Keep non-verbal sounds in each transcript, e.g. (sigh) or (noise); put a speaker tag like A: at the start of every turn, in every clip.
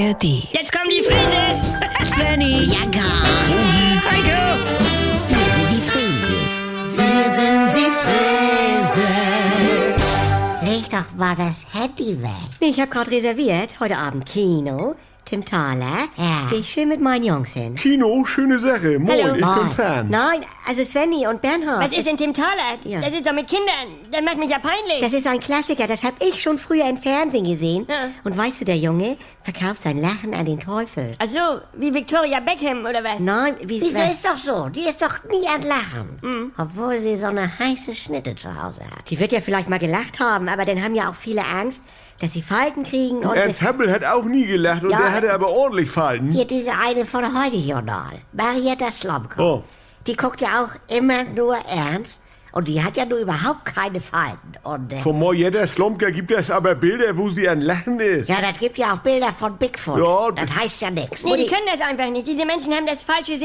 A: ARD.
B: Jetzt kommen die Frises!
C: (laughs)
D: Svenny.
E: Ja, gar.
B: Heiko!
E: Wir sind die Frieses. Wir sind die Frieses. Leg doch mal das Handy weg.
D: Ich habe gerade reserviert, heute Abend Kino. Tim Thaler.
E: Ja.
D: Geh ich schön mit meinen Jungs hin.
F: Kino, schöne Sache. Moin,
B: Hallo.
F: ich bin
D: Nein.
E: Ah.
F: Fan.
D: Nein, also Svenny und Bernhard.
B: Was ist denn Tim Thaler?
D: Ja.
B: Das ist doch mit Kindern. Das macht mich ja peinlich.
D: Das ist ein Klassiker, das habe ich schon früher im Fernsehen gesehen.
B: Ja.
D: Und weißt du, der Junge verkauft sein Lachen an den Teufel.
B: Ach so, wie Victoria Beckham oder was?
D: Nein, wie...
E: Wieso
D: was-
E: ist doch so? Die ist doch nie an Lachen. Obwohl sie so eine heiße Schnitte zu Hause hat.
D: Die wird ja vielleicht mal gelacht haben, aber dann haben ja auch viele Angst, dass sie Falten kriegen und...
F: Ernst Hubble hat auch nie gelacht und
D: Ja.
F: der hatte aber ordentlich Falten.
E: Hier diese eine von heute Journal, Marietta Slomko.
F: Oh.
E: Die guckt ja auch immer nur ernst. Und die hat ja nur überhaupt keine Falten. Und, äh,
F: Von Mojetta Slomka gibt es aber Bilder, wo sie an Lachen ist.
E: ja, das gibt ja auch Bilder von Bigfoot.
F: Ja,
E: das heißt ja nichts.
B: Nee, die können das einfach nicht. Diese Menschen haben das falsche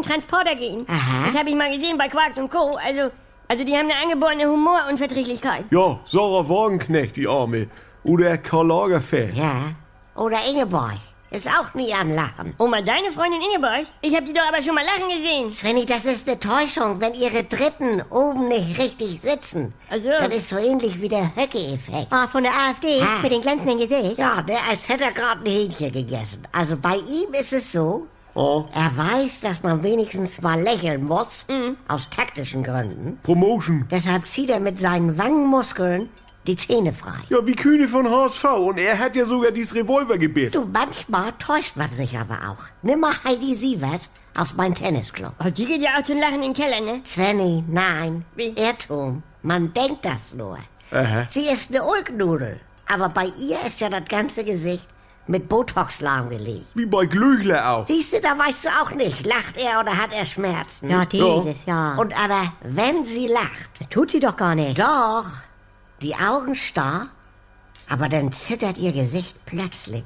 B: Serotonin-Transportergen.
E: Aha.
B: Das habe ich mal gesehen bei Quarks und Co. Also, also die haben eine angeborene Humorunverträglichkeit.
F: Ja, Sarah Wagenknecht, die Arme. Oder Karl Lagerfeld.
E: Ja. Oder Ingeborg. Ist auch nie am Lachen.
B: Oma, deine Freundin Ingeborg? Ich habe die doch aber schon mal lachen gesehen.
E: Svenny, das ist eine Täuschung, wenn ihre Dritten oben nicht richtig sitzen.
B: Ach so.
E: Das ist so ähnlich wie der Höcke-Effekt.
D: Also. Ah, von der AfD,
E: Ah.
D: mit dem glänzenden Gesicht.
E: Ja, ne, als hätte er gerade ein Hähnchen gegessen. Also bei ihm ist es so,
F: Oh.
E: er weiß, dass man wenigstens mal lächeln muss,
D: Mhm.
E: aus taktischen Gründen.
F: Promotion.
E: Deshalb zieht er mit seinen Wangenmuskeln die Zähne frei.
F: Ja, wie Kühne von HSV. Und er hat ja sogar dieses Revolver gebissen.
E: Du, manchmal täuscht man sich aber auch. Nimm mal Heidi Sievers aus meinem Tennisclub.
B: Oh, die geht ja auch zum Lachen in den Keller, ne?
E: Svenny, nein.
B: Wie?
E: Irrtum. Man denkt das nur.
F: Aha.
E: Sie ist eine Ulknudel. Aber bei ihr ist ja das ganze Gesicht mit Botox lahmgelegt.
F: Wie bei Glöchler auch.
E: Siehst du, da weißt du auch nicht, lacht er oder hat er Schmerzen.
D: Ja, dieses, ja.
E: Und aber wenn sie lacht,
D: Tut sie doch gar nicht.
E: doch, die Augen starr, aber dann zittert ihr Gesicht plötzlich.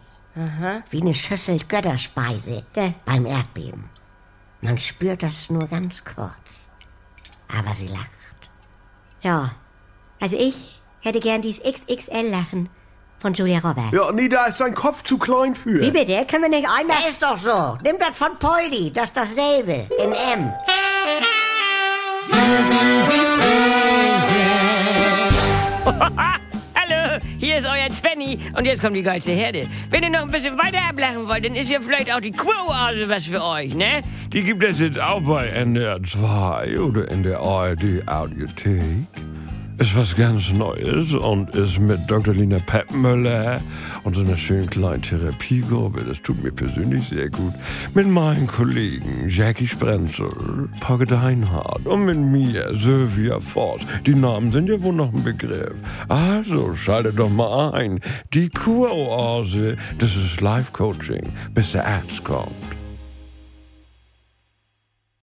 E: Wie eine Schüssel Götterspeise
D: Das-
E: beim Erdbeben. Man spürt das nur ganz kurz. Aber sie lacht.
D: Ja, also ich hätte gern dieses XXL-Lachen von Julia Roberts.
F: Ja, nee, da ist sein Kopf zu klein für.
D: Wie bitte? Können wir nicht einmal...
E: Das ist doch so. Nimm das von Poldi. Das ist dasselbe. In M.
C: Hallo, hier ist euer Svenny und jetzt kommt die geilste Herde. Wenn ihr noch ein bisschen weiter ablachen wollt, dann ist ja vielleicht auch die Quo-Ase was für euch, ne?
G: Die gibt es jetzt auch bei NDR 2 oder in der ARD Audiothek. Ist was ganz Neues und ist mit Dr. Lina Peppmüller und so einer schönen kleinen Therapiegruppe, das tut mir persönlich sehr gut, mit meinen Kollegen Jackie Sprenzel, Pogge Deinhardt und mit mir Sylvia Voss. Die Namen sind ja wohl noch ein Begriff. Also schaltet doch mal ein. Die Kuroase, das ist Life-Coaching, bis der Arzt kommt.